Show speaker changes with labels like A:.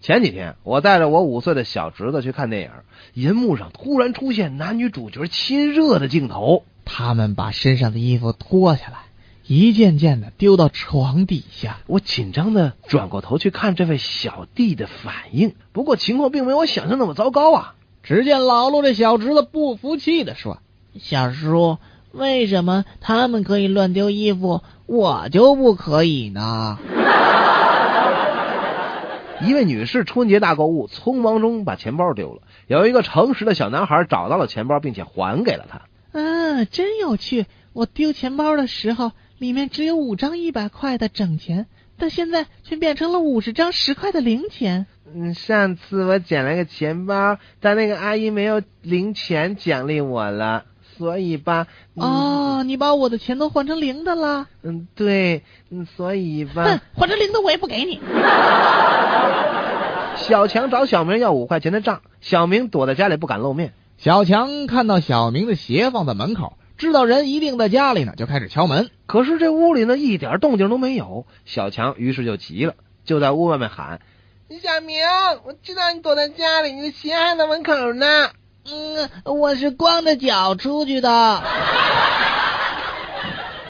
A: 前几天，我带着我五岁的小侄子去看电影，银幕上突然出现男女主角亲热的镜头。
B: 他们把身上的衣服脱下来，一件件的丢到床底下。
A: 我紧张的转过头去看这位小弟的反应，不过情况并没有我想象那么糟糕啊。
B: 只见老陆这小侄子不服气的说：“小叔，为什么他们可以乱丢衣服，我就不可以呢？”
A: 一位女士春节大购物，匆忙中把钱包丢了。有一个诚实的小男孩找到了钱包，并且还给了她。
B: 啊，真有趣！我丢钱包的时候，里面只有五张一百块的整钱，但现在却变成了五十张十块的零钱。
C: 嗯，上次我捡了个钱包，但那个阿姨没有零钱奖励我了，所以吧，嗯、
B: 哦，你把我的钱都换成零的了。
C: 嗯，对，嗯，所以
B: 哼
C: 吧，，
B: 换成零的我也不给你。
A: 小强找小明要五块钱的账，小明躲在家里不敢露面。
B: 小强看到小明的鞋放在门口，知道人一定在家里呢，就开始敲门。
A: 可是这屋里呢一点动静都没有，小强于是就急了，就在屋外面喊。
C: 小明，我知道你躲在家里，你的鞋还在门口呢。
B: 嗯，我是光着脚出去的。